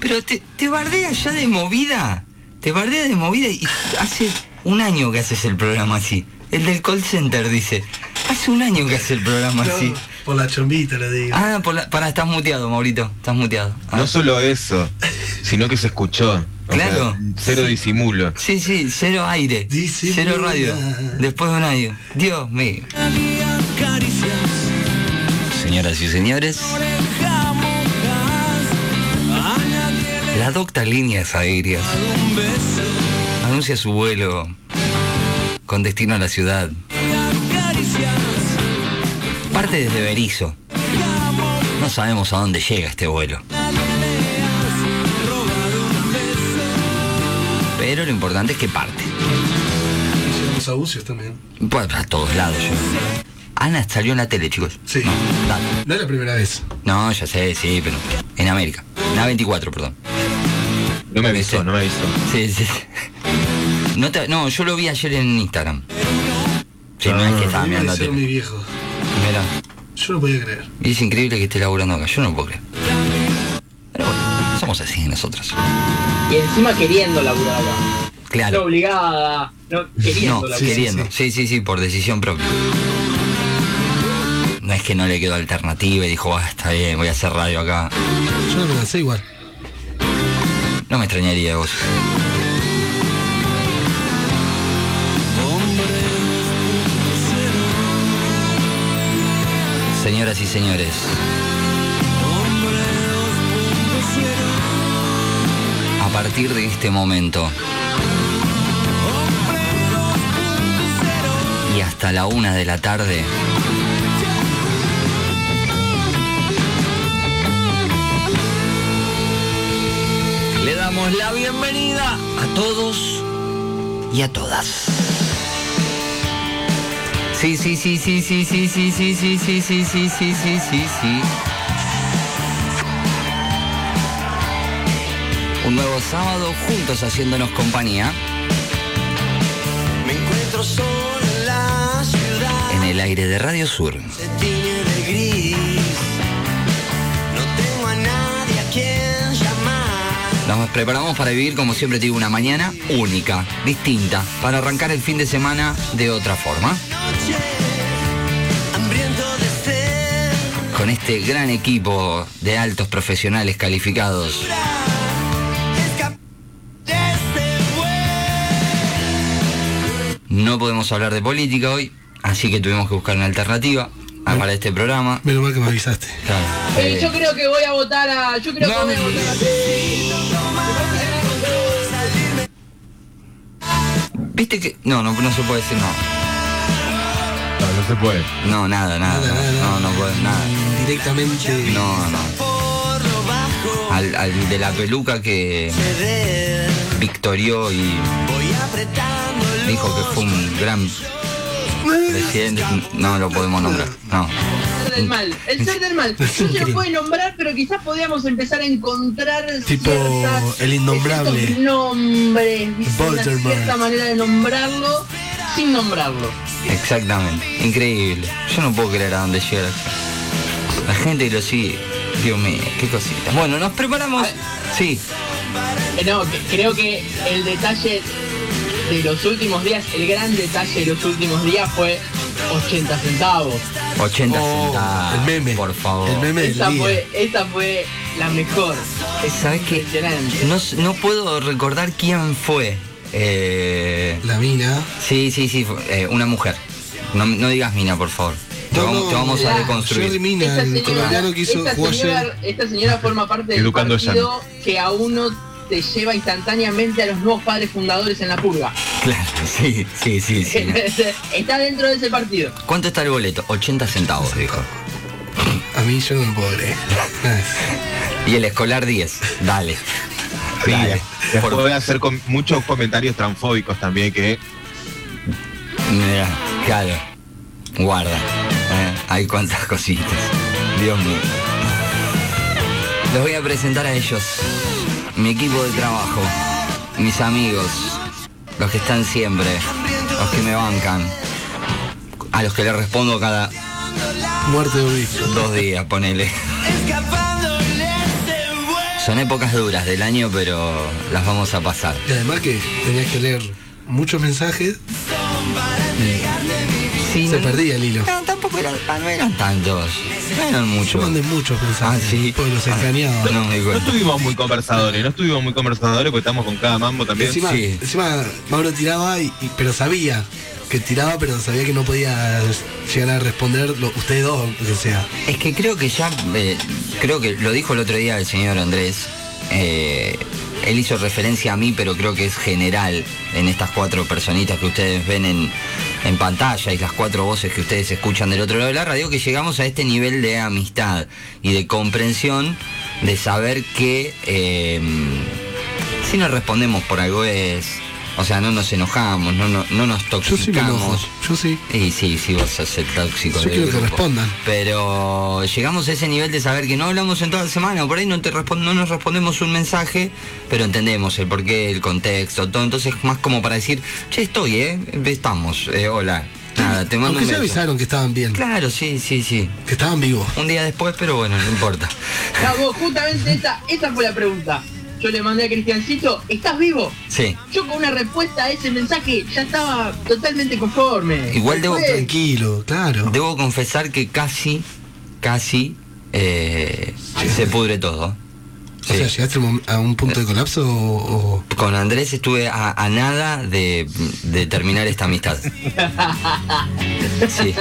Pero te, te bardea ya de movida. Te bardea de movida y hace un año que haces el programa así. El del call center dice. Hace un año que haces el programa No, así. Por la chombita le digo. Ah, por la- pará, estás muteado, Maurito. Estás muteado. Ah. No solo eso, sino que se escuchó. O Claro. sea, cero disimulo. Sí, sí, cero aire. Dice cero una. radio. Después de un año. Dios mío. Señoras y señores. La docta Líneas Aéreas anuncia su vuelo con destino a la ciudad. Parte desde Berizo. No sabemos a dónde llega este vuelo. Pero lo importante es que parte. Hicimos abusos también. Bueno, a todos lados yo. Ana salió en la tele, chicos. Sí. Dale. No es la primera vez. No, ya sé, sí, pero. En América. En A24, perdón. No me avisó, no me avisó. Sí, sí. No, te- no, yo lo vi ayer en Instagram. Sí, Ah, no es que A estaba mí me mirando la parecieron tele. muy viejo. Mirá. Yo no podía creer. Y es increíble que esté laburando acá. Yo no lo puedo creer. Pero bueno, somos así nosotros. Y encima queriendo laburar. No Claro. obligada, no queriendo No, laburar. sí, queriendo. Sí, sí, sí, por decisión propia. No es que no le quedó alternativa y dijo, ah, está bien, voy a hacer radio acá. Yo no me lancé igual. No me extrañaría vos. Señoras y señores. A partir de este momento. Y hasta la una de la tarde. Le damos la bienvenida a todos y a todas. Sí, sí, sí, sí, sí, sí, sí, sí, sí, sí, sí, sí, sí, sí, sí, sí. Un nuevo sábado juntos haciéndonos compañía Me encuentro solo en la ciudad, en el aire de Radio Sur. se tiñe de gris. No tengo a nadie a quien llamar. Nos preparamos para vivir, como siempre te digo, una mañana única, distinta, para arrancar el fin de semana de otra forma. Noche, hambriento de sed, Con este gran equipo de altos profesionales calificados escapar de este vuelo. No podemos hablar de política hoy, así que tuvimos que buscar una alternativa a- para este programa. Menos mal que me avisaste. Claro, Eh, eh, yo creo que voy a votar a. Yo creo No, que voy a no, votar a. Viste que. No, no, no se puede decir no. No, no se puede. No, nada, nada. Nada, nada, no, no, no puede, nada. Directamente. No, no. Por lo bajo Al, al de la peluca que ceder, victorió y voy apretando dijo que fue un gran presidente. No lo podemos nombrar. No. El ser del mal. El ser del mal. No se lo puede nombrar, pero quizás podíamos empezar a encontrar Tipo, ciertas- el innombrable. ciertos nombres, dice, una Polterman. cierta manera de nombrarlo sin nombrarlo. Exactamente. Increíble. Yo no puedo creer a dónde llega la cosa. La gente que lo sigue. Dios mío, qué cosita. Bueno, nos preparamos. Ah, Sí. Eh, No, que- creo que el detalle de los últimos días, el gran detalle de los últimos días fue 80 centavos. 80 Oh, centavos. el meme. Por favor. El meme del Esta día. fue, esta fue la mejor. Es Eh, ¿Sabes qué? impresionante. No, s- no puedo recordar quién fue. Eh, La mina. sí, sí, sí, fue, eh, una mujer. No, no digas mina, por favor. Te No, vamos, no, te vamos a mirá, Jerry reconstruir. Mina, el colombiano que hizo esta jugó señora- ayer. esta señora forma parte del Educando a Jan. partido que a uno te lleva instantáneamente a los nuevos padres fundadores en la purga. Claro, sí, sí, sí, sí. Está dentro de ese partido. ¿Cuánto está el boleto? 80 centavos, dijo. A mí yo no lo puedo creer. Nice. Y el escolar 10. Dale. Sí, Dale. después Por- voy a hacer com- muchos comentarios transfóbicos también que Mirá, claro. Guarda. eh, Hay cuantas cositas. Dios mío. Los voy a presentar a ellos. Mi equipo de trabajo. Mis amigos. Los que están siempre. Los que me bancan. A los que les respondo cada Muerte de obispo. dos días, ponele. escapando de este vuelo. Son épocas duras del año, pero las vamos a pasar. Y además que tenías que leer muchos mensajes, Sí, se no- perdía el hilo. no, tampoco eran, no eran tantos. No eran Yo muchos. mandé muchos mensajes, Ah, sí. porque los extrañaba. No me di No cuenta. estuvimos muy conversadores, no estuvimos muy conversadores porque estamos con cada mambo también. Encima, Eh, sí. encima Mauro tiraba, y, y- pero sabía que tiraba, pero sabía que no podía llegar a responder lo- ustedes dos, lo que sea. Es que creo que ya, eh, creo que lo dijo el otro día el señor Andrés. eh, él hizo referencia a mí, pero creo que es general en estas cuatro personitas que ustedes ven en, en pantalla y las cuatro voces que ustedes escuchan del otro lado de la radio, que llegamos a este nivel de amistad y de comprensión, de saber que eh, si nos respondemos por algo es, o sea, no nos enojamos, no, no, no nos Yo sí me enojo, toxicamos. yo sí. Y sí, sí, vos sos el tóxico. Yo del quiero que grupo. respondan. Pero llegamos a ese nivel de saber que no hablamos en toda la semana, por ahí no, te respon- no nos respondemos un mensaje, pero entendemos el porqué, el contexto, todo. Entonces, más como para decir, che, estoy, ¿eh? Estamos, eh, hola. Nada, te mando Aunque un ya beso. avisaron que estaban bien, Claro, sí, sí, sí. que estaban vivos. Un día después, pero bueno, no importa. No, vos, justamente esa, esa fue la pregunta. Yo le mandé a Cristiancito, ¿estás vivo? Sí. Yo con una respuesta a ese mensaje ya estaba totalmente conforme. Igual debo- Fue- Tranquilo, claro. Debo confesar que casi, casi, eh, se pudre todo. O sea, ¿llegaste al mom- a un punto de colapso o, o- Con Andrés estuve a, a nada de, de terminar esta amistad. Sí.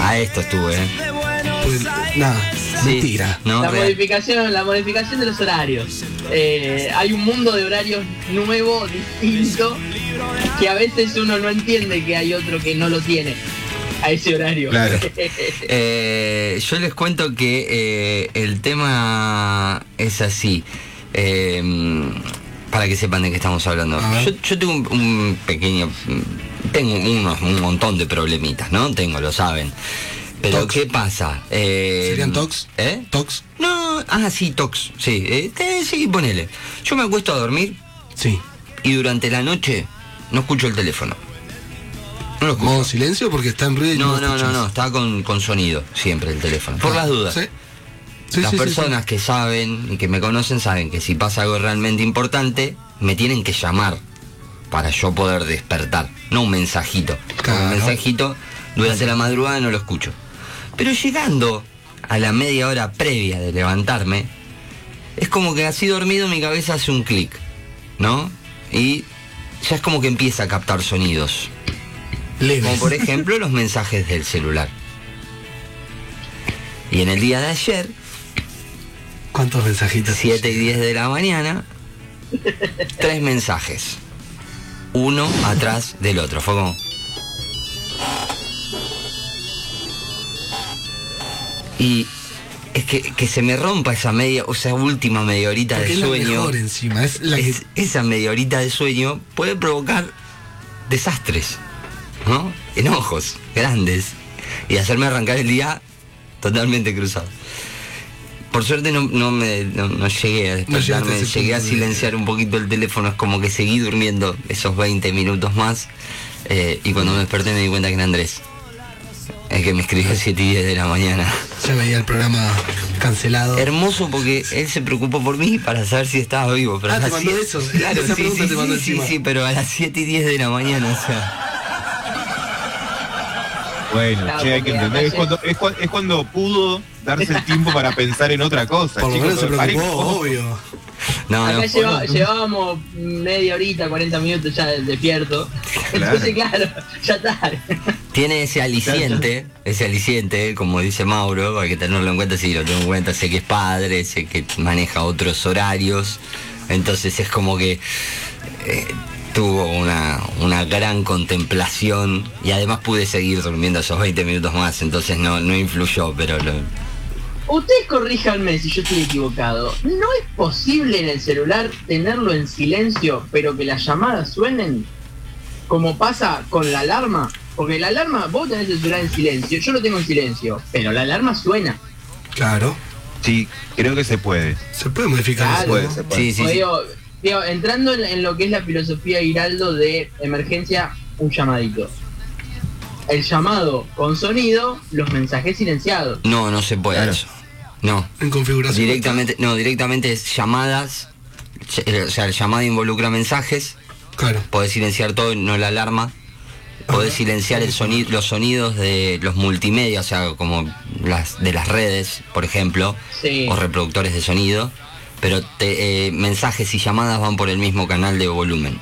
A esto estuve, ¿eh? pues, nada, Sí. mentira. No, la real. modificación, la modificación de los horarios. Eh, hay un mundo de horarios nuevo, distinto, que a veces uno no entiende que hay otro que no lo tiene a ese horario. Claro. Eh, yo les cuento que eh, el tema es así. Eh, para que sepan de qué estamos hablando. A ver. Yo, yo tengo un, un pequeño. Tengo unos, un montón de problemitas, ¿no? Tengo, lo saben. Pero Tox. ¿qué pasa? Eh, ¿Serían tox? ¿Eh? ¿Tox? No, ah, sí, Tox, sí, eh, eh, sí, ponele. Yo me acuesto a dormir Sí. y durante la noche no escucho el teléfono. No lo escucho. ¿Modo silencio? Porque está en ruido y No, Ah, no, no, no, escuchas. no, está con, con sonido siempre el teléfono. Por las dudas. Sí. Sí, las sí, sí, personas que saben y que me conocen saben que si pasa algo realmente importante, me tienen que llamar para yo poder despertar, no un mensajito. Porque Un Claro. mensajito durante la madrugada no lo escucho. Pero llegando a la media hora previa de levantarme, es como que así dormido mi cabeza hace un clic, ¿no? Y ya es como que empieza a captar sonidos. sí. Leves. Como por e- ejemplo los mensajes del celular. Y en el día de ayer, ¿Cuántos mensajitos? 7 y 10 de la mañana, tres mensajes. Uno atrás del otro. Fue como. Y es que, que se me rompa esa media, o sea, última media horita Porque de es la sueño. mejor encima, es la que... Es- esa media horita de sueño puede provocar desastres, ¿no? Enojos grandes y hacerme arrancar el día totalmente cruzado. Por suerte no, no me, no, no llegué a No llegaste a despertarme, ese llegué a punto de- silenciar un poquito el teléfono, es como que seguí durmiendo esos 20 minutos más eh, y cuando me desperté me di cuenta que era Andrés, el que me escribió a 7 y 10 de la mañana. Ya veía el programa cancelado. Hermoso porque él se preocupó por mí para saber si estaba vivo. Pero Ah, a las te mandó siete- eso. Claro, Esa sí, pregunta sí, te mandó sí, sí, encima. sí, pero a las 7 y 10 de la mañana, o sea. Bueno, Claro, che, hay que porque entender. Es además cuando, es, cua- es cuando pudo darse el tiempo para pensar en otra cosa. Por lo chicos, menos se porque preocupó, parece- obvio. No, Ah, no. Acá lleva- llevábamos media horita, 40 minutos ya despierto. Entonces, claro, ya tarde. Tiene ese aliciente, ese aliciente, como dice Mauro, hay que tenerlo en cuenta, sí, lo tengo en cuenta, sé que es padre, sé que maneja otros horarios, entonces es como que eh, tuvo una, una gran contemplación y además pude seguir durmiendo esos 20 minutos más, entonces no, no influyó, pero lo, Ustedes corríjanme si yo estoy equivocado. ¿No es posible en el celular tenerlo en silencio, pero que las llamadas suenen como pasa con la alarma? Porque la alarma, vos tenés el celular en silencio, yo lo tengo en silencio, pero la alarma suena. Claro. Sí, creo que se puede. Se puede modificar eso, Claro. Puede, ¿no? se puede. sí, sí, O sí. digo, digo, entrando en, en lo que es la filosofía Giraldo de emergencia, un llamadito. El llamado con sonido, los mensajes silenciados. No, no se puede Claro. eso. No. En configuración. Directamente, no, directamente es llamadas. ll- eh, O sea, la llamada involucra mensajes. Claro. Podés silenciar todo, no la alarma. Podés silenciar el sonido, los sonidos de los multimedia, o sea, como las de las redes, por ejemplo, Sí. o reproductores de sonido. Pero te- eh, mensajes y llamadas van por el mismo canal de volumen.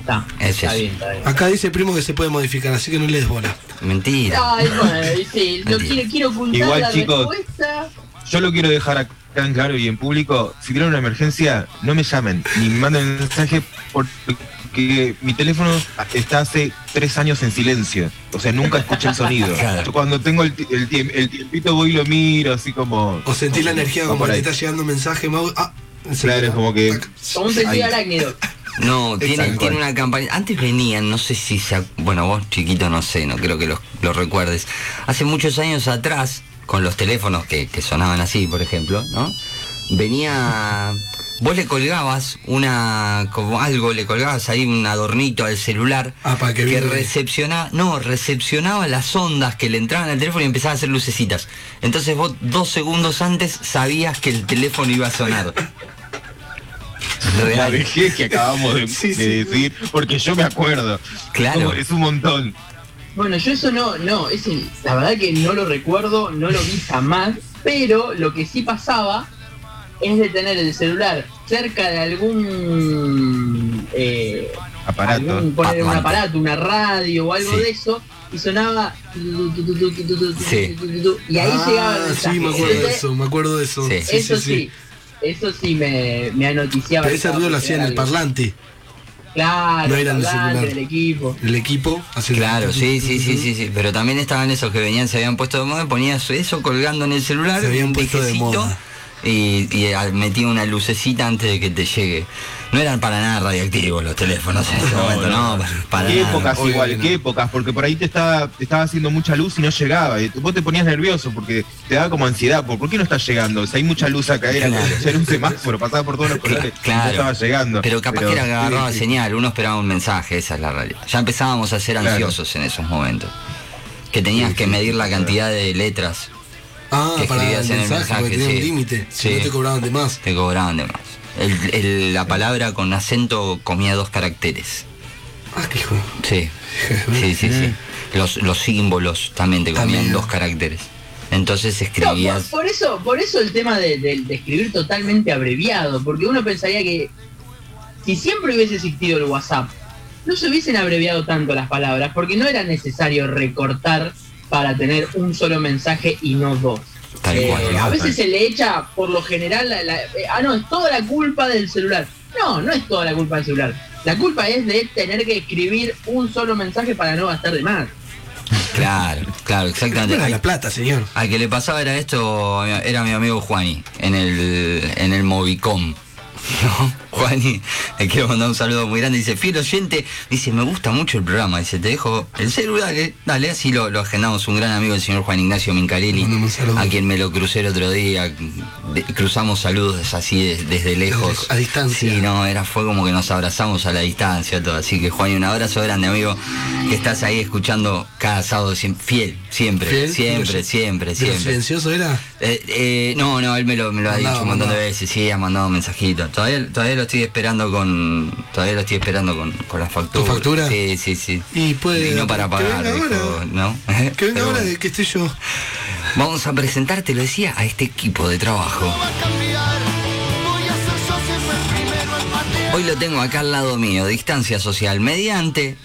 Está, Ese está es. bien, está bien. Acá dice primo que se puede modificar, así que no le des bola. Mentira. Ay, bueno, sí, lo quiere, quiero ocultar Igual, la chicos, respuesta. Yo lo quiero dejar acá en claro y en público. Si tienen una emergencia, no me llamen ni me manden mensaje porque mi teléfono está hace tres años en silencio. O sea, nunca escuché el sonido. Claro. Yo cuando tengo el, ti- el tiemp- el tiempito voy y lo miro así como... O sentís la energía Va como por que te ahí. está llegando un mensaje, Mau. Ah, se Claro, me- es como que... Tac. Como un sentido Ahí. arácnido. No, tiene, Exacto. tiene una campaña. Antes venían, no sé si se ac- Bueno, vos chiquito no sé, no creo que los- lo recuerdes. Hace muchos años atrás, con los teléfonos que, que sonaban así, por ejemplo, ¿no? Venía. Vos le colgabas una. como algo, le colgabas ahí un adornito al celular. Ah, para que que vibre. recepcionaba, no, recepcionaba las ondas que le entraban al teléfono y empezaba a hacer lucecitas. Entonces vos dos segundos antes sabías que el teléfono iba a sonar. La Real. vejez que acabamos de, Sí, de decir, porque yo me acuerdo. Claro. Como- Es un montón. Bueno, yo eso no, no, es, la verdad que no lo recuerdo, no lo vi jamás, pero lo que sí pasaba es de tener el celular cerca de algún, eh, Aparato. algún- poner un Aparato. aparato, una radio o algo Sí. de eso, y sonaba tu, tu, tu, tu, tu, tu, tu, tu, Sí. tu, tu, tu, y ahí Ah, llegaba el Sí, mensaje. me acuerdo de Entonces, eso, me acuerdo de eso. Sí. Eso sí, eso sí me, me anoticiaba. Pero que ese estaba ruido lo por hacía en el llegar algo. parlante, Claro, no era en el parlante celular. del equipo. el equipo. hacía- Claro, sí, sí, sí, sí, sí. Pero también estaban esos que venían, se habían puesto de moda, ponías eso colgando en el celular, Se habían un puesto de tejecito, moda. Y, y al- metía una lucecita antes de que te llegue. No eran para nada radioactivos los teléfonos en ese momento, no, para, para ¿Qué nada. épocas obvio que igual? no. ¿Qué épocas? Porque por ahí te estaba, te estaba haciendo mucha luz y no llegaba. Y vos te ponías nervioso porque te daba como ansiedad. ¿Por por qué no está llegando? Si hay mucha luz acá, era, Claro. era un semáforo, pasaba por todos los colores y no estaba llegando. Pero capaz que era que agarraba sí, sí. señal, uno esperaba un mensaje, esa es la realidad. Ya empezábamos a ser Claro. ansiosos en esos momentos. Que tenías Sí, que sí, medir la claro. cantidad de letras, Ah, Que para escribías el en el mensaje, porque mensaje, tenía sí. un límite. Si Sí. no te cobraban de más. te cobraban de más. El- el- la palabra con acento comía dos caracteres. Ah, qué hijo. Sí, sí, sí, sí. Los, los símbolos también te comían Mm. También. dos caracteres. Entonces No, por, escribías. por eso, por eso el tema de, de- de escribir totalmente abreviado, porque uno pensaría que si siempre hubiese existido el WhatsApp, no se hubiesen abreviado tanto las palabras, porque no era necesario recortar para tener un solo mensaje y no dos. pues, Tal Eh, cual, a tal veces cual. se le echa por lo general, la- la- eh, ah, no, es toda la culpa del celular. No, no es toda la culpa del celular. La culpa es de tener que escribir un solo mensaje para no gastar de más. Claro, claro, exactamente. Era Al, la plata, señor. al que le pasaba era esto, era mi amigo Juani, en el, en el Movicom. ¿No? Juani, le quiero mandar un saludo muy grande. Dice, fiel oyente, dice, me gusta mucho el programa. Dice, te dejo el celular, dale, dale, así lo, lo agendamos. Un gran amigo, el señor Juan Ignacio Mincarelli, Le mandamos un saludo. a quien me lo crucé el otro día. De- cruzamos saludos así de- desde lejos. A distancia. Sí, no, era, fue como que nos abrazamos a la distancia, todo. Así que Juan, un abrazo grande, amigo, que estás ahí escuchando cada sábado, siem- fiel, siempre, Fiel, siempre, pero- siempre, Pero siempre. silencioso era. Eh, eh, no, no, él me lo, me lo ha Mandaba, dicho un montón de mandaba. veces, sí, ha mandado mensajitos. Todavía, todavía lo estoy esperando con. Todavía lo estoy esperando con, con la factura. factura? Sí, sí, sí. Y puede- Y no para que venga pagar, dijo, ahora. ¿no? Que venga Pero ahora bueno. de que estoy yo. Vamos a presentar, te lo decía, a este equipo de trabajo. Hoy lo tengo acá al lado mío, distancia social mediante.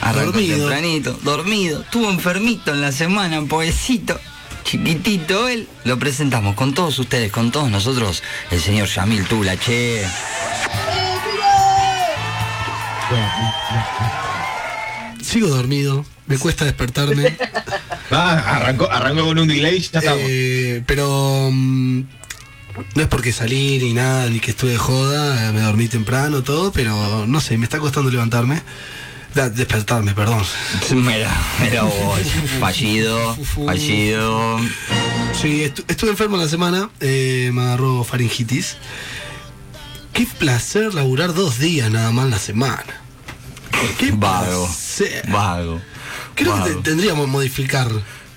Arrancó Dormido. tempranito, dormido, estuvo enfermito en la semana, pobrecito, chiquitito él. Lo presentamos con todos ustedes, con todos nosotros, el señor Yamil Tula, che. Sigo dormido. Me cuesta despertarme. Ah, arrancó, arrancó con un delay, ya estamos. Eh, pero mm, no es porque salí ni nada, ni que estuve de joda, eh, me dormí temprano, todo, pero no sé, me está costando levantarme. Da- despertarme, perdón. Me la- me la voy. Fallido, fallido. Sí, estu- estuve enfermo la semana, eh, me agarró faringitis. Qué placer laburar dos días nada más la semana. Qué Vago, placer. vago. Creo que vago. te- tendríamos que modificar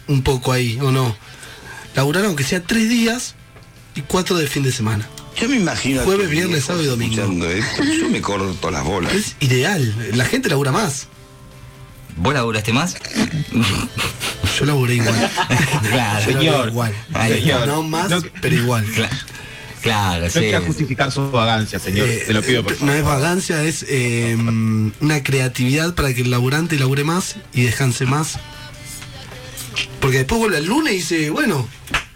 un poco ahí, ¿o no? laburar aunque sea tres días y cuatro del fin de semana. Yo me imagino. a Jueves, tus viernes, viejos sábado y domingo. escuchando esto, Yo me corto las bolas. Es ideal, la gente labura más. ¿Vos laburaste más? Yo laburé igual. Yo claro, laburé Señor. igual. Ay, señor. No más, No que- pero igual. cla- claro, No sí. quiera justificar su vagancia, señor. Eh, Te lo pido por No es favor. vagancia, es eh, una creatividad para que el laburante labure más y descanse más. Porque después vuelve el lunes y dice, bueno,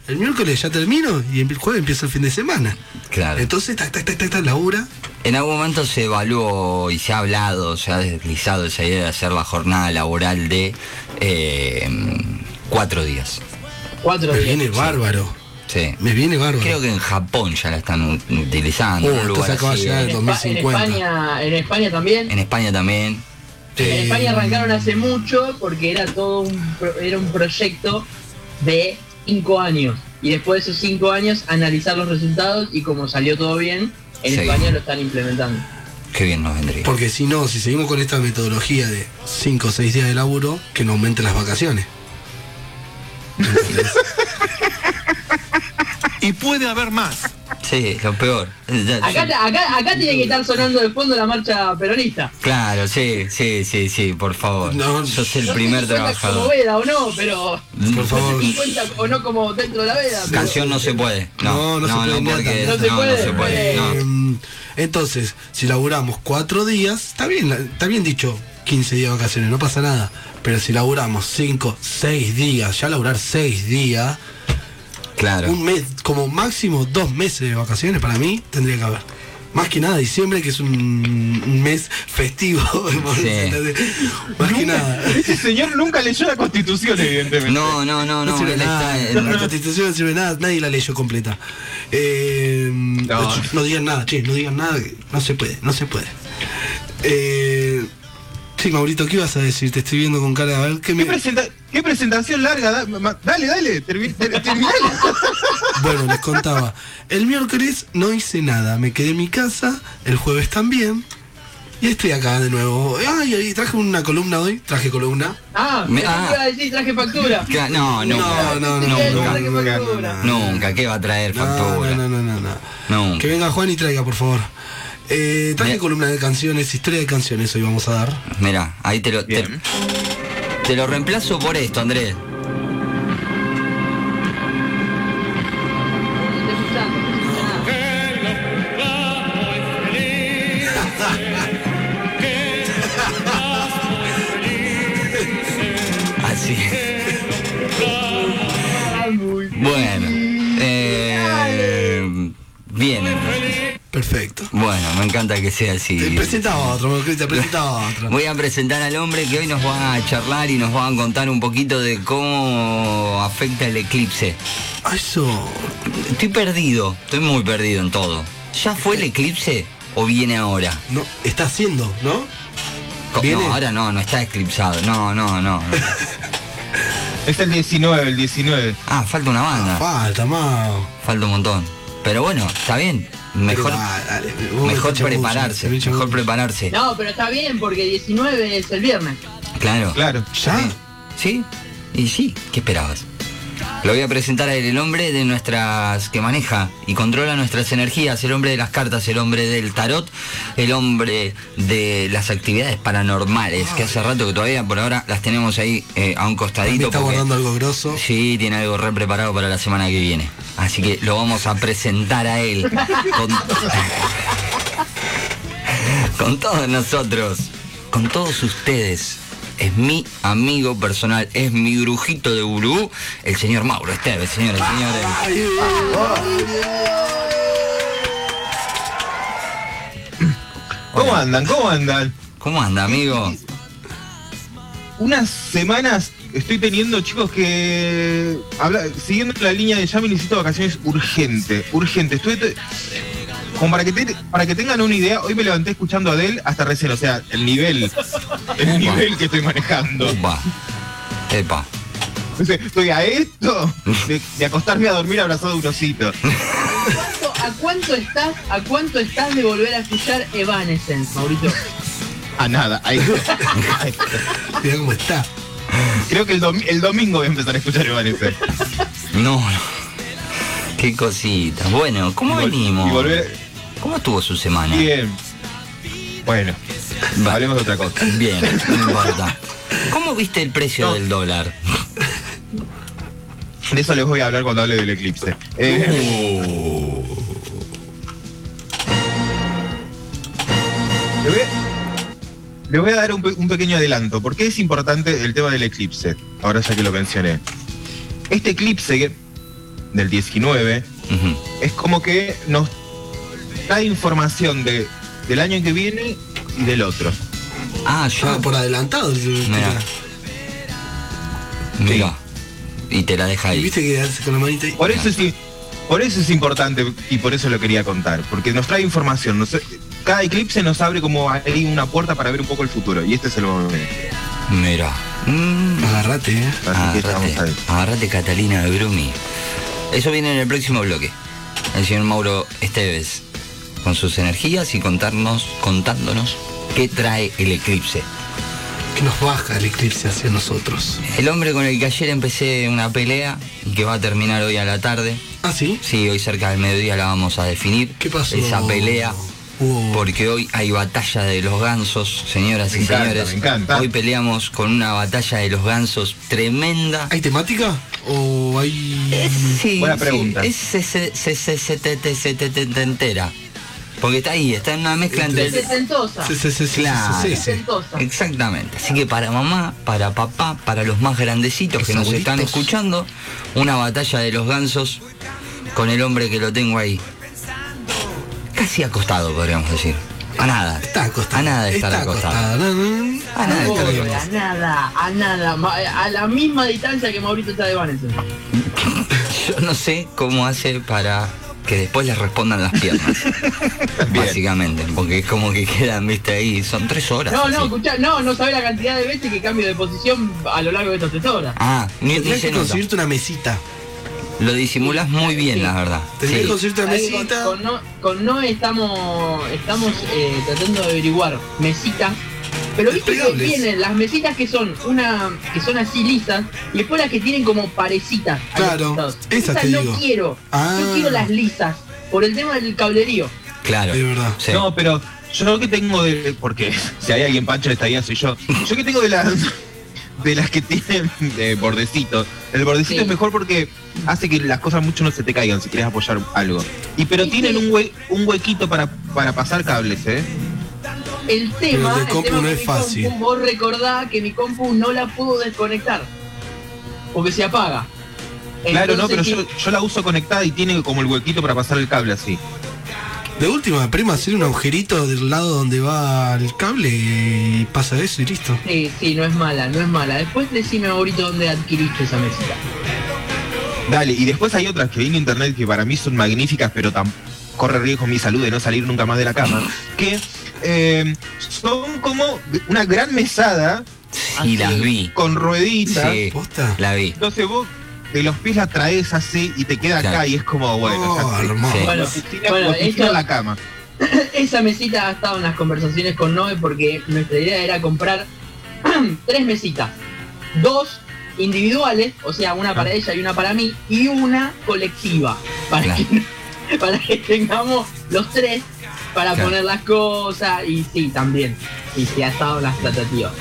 el miércoles ya termino y el jueves empieza el fin de semana. Claro. Entonces, tac, tac, tac, tac, tac, labura. En algún momento se evaluó y se ha hablado, se ha deslizado esa idea de hacer la jornada laboral de eh, cuatro días. Cuatro Me días. viene bárbaro. Sí. Me viene bárbaro. Creo que en Japón ya la están utilizando. Uh, en un entonces lugar acaba de así. eh. llegar En, el Espa- 2050. en España, en España también. En este- España también. En Eh, España arrancaron hace mucho porque era todo un, pro- era un proyecto de cinco años. Y después de esos cinco años analizar los resultados y como salió todo bien, en Sí. España lo están implementando. Qué bien nos vendría. Porque si no, si seguimos con esta metodología de 5 o 6 días de laburo, que no aumenten las vacaciones. Y puede haber más. Sí, lo peor. Ya- Acá, acá, acá tiene que estar sonando de fondo la marcha peronista. Claro, sí, sí, sí, sí, por favor. No, Sos el No sé primer si cuenta Como trabajador. veda o no, pero Por favor. si cuenta o no como dentro de la veda. pero- Canción no se puede. No, No, no se puede nada. porque No se puede. se puede. no. Em, Entonces, si laburamos 4 días, está bien, la- está bien dicho 15 días de vacaciones, no pasa nada. Pero si laburamos 5, 6 días, ya laburar 6 días, Claro. un mes, como máximo 2 meses de vacaciones para mí, tendría que haber. Más que nada diciembre, que es un un mes festivo. ¿entendés? Más que nada. Ese señor nunca leyó la constitución, evidentemente. No, no, no, No, no. sirve él nada. está La en- constitución no sirve nada, nadie la leyó completa. Eh, No. no. digan nada, che, no digan nada, que no se puede, no se puede. Eh, sí, Maurito, ¿qué ibas a decir? Te estoy viendo con cara, a ver qué me. ¿Qué, presenta- qué presentación larga? da- ma- dale, dale, termi- ter- terminala. Bueno, les contaba. El miércoles no hice nada, me quedé en mi casa, el jueves también. Y estoy acá de nuevo. Ay, ay, traje una columna hoy, traje columna. Ah, Me- me ah. iba a decir traje factura. Cla- Ah, No, nunca. no, no, Traje nunca. factura. nunca. Nunca, ¿qué va a traer No, no, factura? no, no, no, no. Nunca. Que venga Juan y traiga, por favor. Eh, traje Bien. columna de canciones, historia de canciones hoy vamos a dar. Mira, ahí te lo, te, Bien. te lo reemplazo por esto, Andrés. Estoy escuchando, estoy escuchando. Así. Ah, Bueno. eh, bien. entonces. Perfecto. Bueno, me encanta que sea Te así. presenta otro, Mocrista, presenta otro. Voy a presentar al hombre que hoy nos va a charlar y nos va a contar un poquito de cómo afecta el eclipse. Ah, eso. Estoy perdido, estoy muy perdido en todo. ¿Ya fue el eclipse o viene ahora? No, está haciendo, ¿no? Co- ¿Viene? No, ahora no, no está eclipsado. No, no, no. no. Es el 19, el 19. Ah, falta una banda. Falta, Mao. Falta un montón. Pero bueno, está bien. Mejor, Pero ah, va, dale, vos me mejor pincha mucho, prepararse. me pincha Mejor mucho. prepararse. No, pero está bien porque 19 es el viernes. Claro. Claro. ¿Ya? ¿Sí? Y sí, ¿qué esperabas? Lo voy a presentar a él, el hombre de nuestras. que maneja y controla nuestras energías, el hombre de las cartas, el hombre del tarot, el hombre de las actividades paranormales, que hace rato que todavía por ahora las tenemos ahí eh, a un Me costadito. está porque- guardando algo grosso. Sí, tiene algo re preparado para la semana que viene. Así que lo vamos a presentar a él. Con, con todos nosotros. Con todos ustedes. Es mi amigo personal, es mi brujito de gurú, el señor Mauro Esteves, señores y señores. ¿Cómo andan? ¿Cómo andan? ¿Cómo anda, amigo? Unas semanas estoy teniendo, chicos, que. habla- siguiendo la línea de ya me necesito vacaciones urgente. Urgente. Estuve. te- Como para que, te- para que tengan una idea, hoy me levanté escuchando a Adele hasta recién, o sea, el nivel. El nivel que estoy manejando. Upa. Epa. O sea, Estoy a esto de, de acostarme a dormir abrazado de un osito. ¿Cuánto- ¿A cuánto estás? ¿A cuánto estás de volver a escuchar Evanescence, Maurito? A nada, a esto. A esto. Mirá cómo está. Creo que el, domi- el domingo voy a empezar a escuchar Evanescence. No, no. Qué cosita. Bueno, ¿cómo Y vol- venimos? y volver- ¿Cómo estuvo su semana? Bien. Bueno, Va- hablemos de otra cosa. Bien, no importa. ¿Cómo viste el precio del dólar? De eso les voy a hablar cuando hable del eclipse. Eh, le, voy a, le voy a dar un, pe- un pequeño adelanto. ¿Por qué es importante el tema del eclipse? Ahora ya que lo mencioné. Este eclipse que- del 19 Ujú. es como que nos da información de, del año que viene y del otro. Ah, Ah, yo. pues, por adelantado. Mira. Mira. Y te la deja Y ahí. viste que hace con la manita ahí. Por eso es, i- por eso es importante y por eso lo quería contar, porque nos trae información. nos- cada eclipse nos abre como ahí una puerta para ver un poco el futuro y este es el momento. Mira. Mm. Agarrate, eh. Así Ah, que estamos Agarrate, ahí. agarrate Catalina de Brumi. Eso viene en el próximo bloque. El señor Mauro Esteves, con sus energías y contarnos, contándonos qué trae el eclipse. Que nos baja el eclipse hacia nosotros. El hombre con el que ayer empecé una pelea y que va a terminar hoy a la tarde. Ah, sí. Sí, hoy cerca del mediodía la vamos a definir. ¿Qué pasó? Esa pelea. Hubo- Porque hoy hay batalla de los gansos, señoras Me y encanta, señores. me encanta. Hoy peleamos con una batalla de los gansos tremenda. ¿Hay temática? ¿O hay.? Eh, Sí, Buena sí, pregunta. Es se- se- se- se- se- te- te- se- te- te- te- entera. Porque está ahí, está en una mezcla entre... Es Este el- sesentosa. Sí, sí, sí, sí, Claro. sí, sí, sí. Sesentosa. Exactamente. Así que para mamá, para papá, para los más grandecitos que Los nos están abuelitos. escuchando, una batalla de los gansos con el hombre que lo tengo ahí. Casi acostado, podríamos decir. A nada. Está acostado. A nada de estar Ah, Está acostado. acostado. No, no, no. A nada de estar Pobre, acostado. a nada, a nada, ma- a la misma distancia que Maurito está de Vanessa. Yo no sé cómo hace para que después les respondan las piernas. Bien. básicamente, porque es como que quedan, viste, ahí. Son tres horas. No, así. no, escuchá, no, no sabés la cantidad de veces que cambio de posición a lo largo de estas tres horas. Ah, ni, ni Tendrías se que nota. conseguirte una mesita. Lo disimulas muy bien, la verdad. Tendrías Sí. que conseguirte una Ahí con- mesita. Con, no, con no estamos, estamos eh, tratando de averiguar mesitas. Pero viste que Desplegables. vienen las mesitas que son una que son así lisas y después las que tienen como parecitas. a los Claro, costados. esas te no digo. quiero. Ah. Yo quiero las lisas por el tema del cablerío. Claro. De verdad. Sí. No, pero yo que tengo de. Porque si hay alguien pancho de esta vida soy yo. Yo que tengo de las de las que tienen de bordecito. El bordecito Sí. es mejor porque hace que las cosas mucho no se te caigan si quieres apoyar algo. Y pero Sí, tienen sí. un, hue- un huequito para, para pasar cables, ¿eh? El tema, Pero de el compu tema no con es mi fácil. compu, vos recordá que mi compu no la pudo desconectar. Porque se apaga. Claro, no, pero Entonces, yo, yo la uso conectada y tiene como el huequito para pasar el cable así. De última, prima, hacer un agujerito del lado donde va el cable y pasa eso y listo. Sí, sí, no es mala, no es mala. Después decime ahorita dónde adquiriste esa mesita. Dale, y después hay otras que vi en internet que para mí son magníficas, pero tam- corre riesgo mi salud de no salir nunca más de la cama, que eh, son como una gran mesada Y las vi. con rueditas. Sí, ¿Posta? la vi. Entonces vos de los pies la traes así y te queda acá Claro. y es como, bueno, Oh, ya- hermoso. Sí. Bueno, se tira bueno, como si esto- fuera la cama. Esa mesita ha estado en las conversaciones con Noé porque nuestra idea era comprar tres mesitas. Dos individuales, o sea, una para ella y una para mí, y una colectiva. Para, Claro. que, para que tengamos los tres para Claro. poner las cosas y sí, también. Y se ha estado en las tratativas.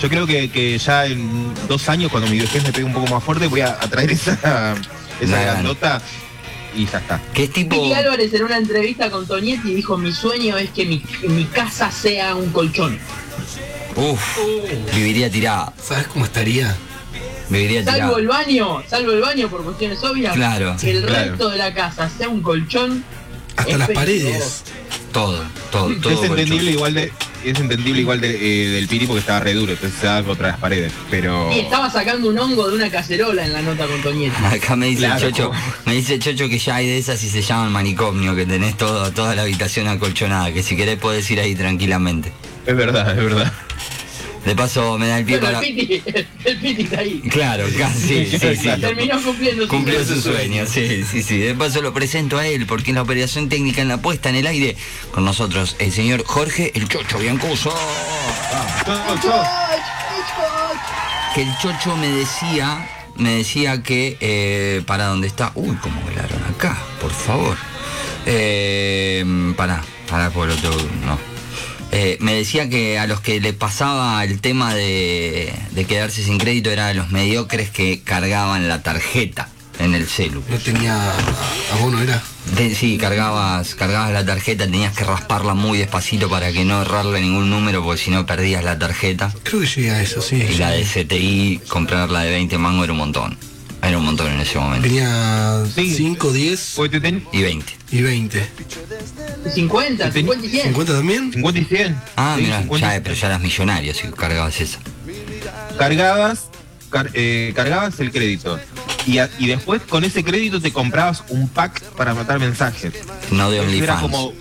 Yo creo que, que ya en dos años, cuando mi vejez me pegue un poco más fuerte, voy a, a traer esa, esa Nah. grandota y ya está. Que es tipo. Pili Álvarez en una entrevista con Tonietti dijo, mi sueño es que mi, mi casa sea un colchón. Uf. Viviría tirado. ¿Sabes cómo estaría? Viviría Salvo tirado. el baño, salvo el baño por cuestiones obvias. Claro. Que el Claro. resto de la casa sea un colchón. Hasta Es las peligroso. paredes. Todo. Todo. Todo. es colchón. entendible igual de es entendible igual de, eh, del piri porque estaba re duro entonces se da contra las paredes pero Oh. Y estaba sacando un hongo de una cacerola en la nota con Toñetti. Acá me dice el Claro. Chocho, me dice el Chocho que ya hay de esas y se llaman manicomio, que tenés todo, toda la habitación acolchonada, que si querés podés ir ahí tranquilamente. es verdad es verdad De paso me da el pie Bueno, el para. Piti, el Piti está ahí. Claro, casi, sí, sí, sí. Terminó cumpliendo su Cumplió su sueño, sueño. sí, sí, sí. De paso lo presento a él, porque en la operación técnica en la puesta en el aire, con nosotros el señor Jorge El Chocho Biancuso. Yo- yo- Que el Chocho me decía me decía que eh, para dónde está. Uy, cómo velaron acá, por favor. Eh, para, para por otro. No. Eh, me decía que a los que le pasaba el tema de, de quedarse sin crédito era de los mediocres que cargaban la tarjeta en el celu. No tenía abono, era. De- sí, cargabas, cargabas la tarjeta, tenías que rasparla muy despacito para que no errarle ningún número, porque si no perdías la tarjeta. Creo que llega a eso, sí. Y la de CTI, comprar la de 20 mango era un montón. Era un montón en ese momento. Tenía Sí. 5, 10 Porque te ten- Y 20. y 20. 50, 50 y 100. ¿50 también? 50 y 100. Ah, Sí, mira, 50 y ya, pero ya eras millonario si cargabas esa. cargabas, car- eh, cargabas el crédito. Y, a- y después con ese crédito te comprabas un pack para matar mensajes. No de Entonces Era OnlyFans. como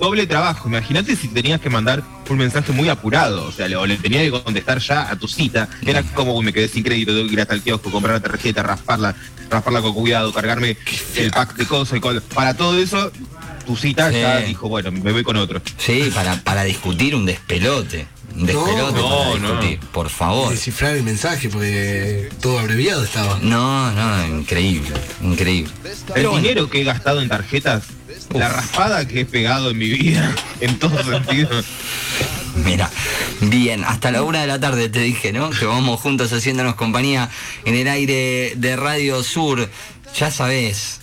doble trabajo. Imagínate si tenías que mandar un mensaje muy apurado. O sea, le- o le tenías que contestar ya a tu cita. Era como, uy, me quedé sin crédito, tengo que ir hasta el kiosco, comprar la tarjeta, rasparla, rasparla con cuidado, cargarme el pack de cosas. y col- Para todo eso, tu cita Sí. ya dijo, bueno, me voy con otro. Sí, para, para discutir un despelote. Un despelote No, para no. discutir, por favor. Descifrar el mensaje porque todo abreviado estaba. No, no, increíble, increíble. El Pero bueno. dinero que he gastado en tarjetas, la raspada que he pegado en mi vida, en todo sentido. Mira, bien, hasta la una de la tarde te dije, ¿no? Que vamos juntos haciéndonos compañía en el aire de Radio Sur. Ya sabés,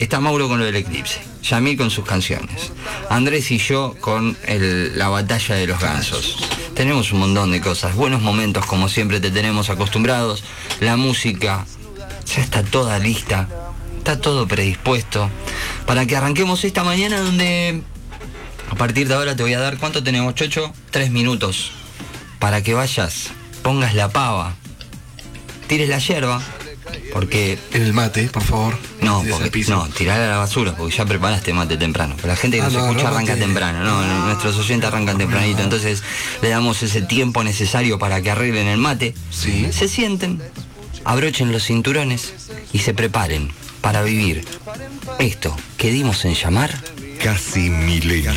está Mauro con lo del eclipse, Yamil con sus canciones, Andrés y yo con el- la batalla de los gansos. Tenemos un montón de cosas, buenos momentos como siempre te tenemos acostumbrados, la música ya está toda lista, está todo predispuesto para que arranquemos esta mañana donde a partir de ahora te voy a dar, ¿cuánto tenemos, Chocho? Tres minutos. Para que vayas, pongas la pava, tires la yerba, porque... En el mate, por favor. No, Desde el porque, piso. no, tirar a la basura, porque ya preparaste mate temprano. Pero la gente que Ah, nos no, escucha no, arranca mate. Ah, temprano, no, nuestros oyentes arrancan tempranito, entonces le damos ese tiempo necesario para que arreglen el mate. Sí. Se sienten, abrochen los cinturones y se preparen para vivir esto que dimos en llamar Casi milenia.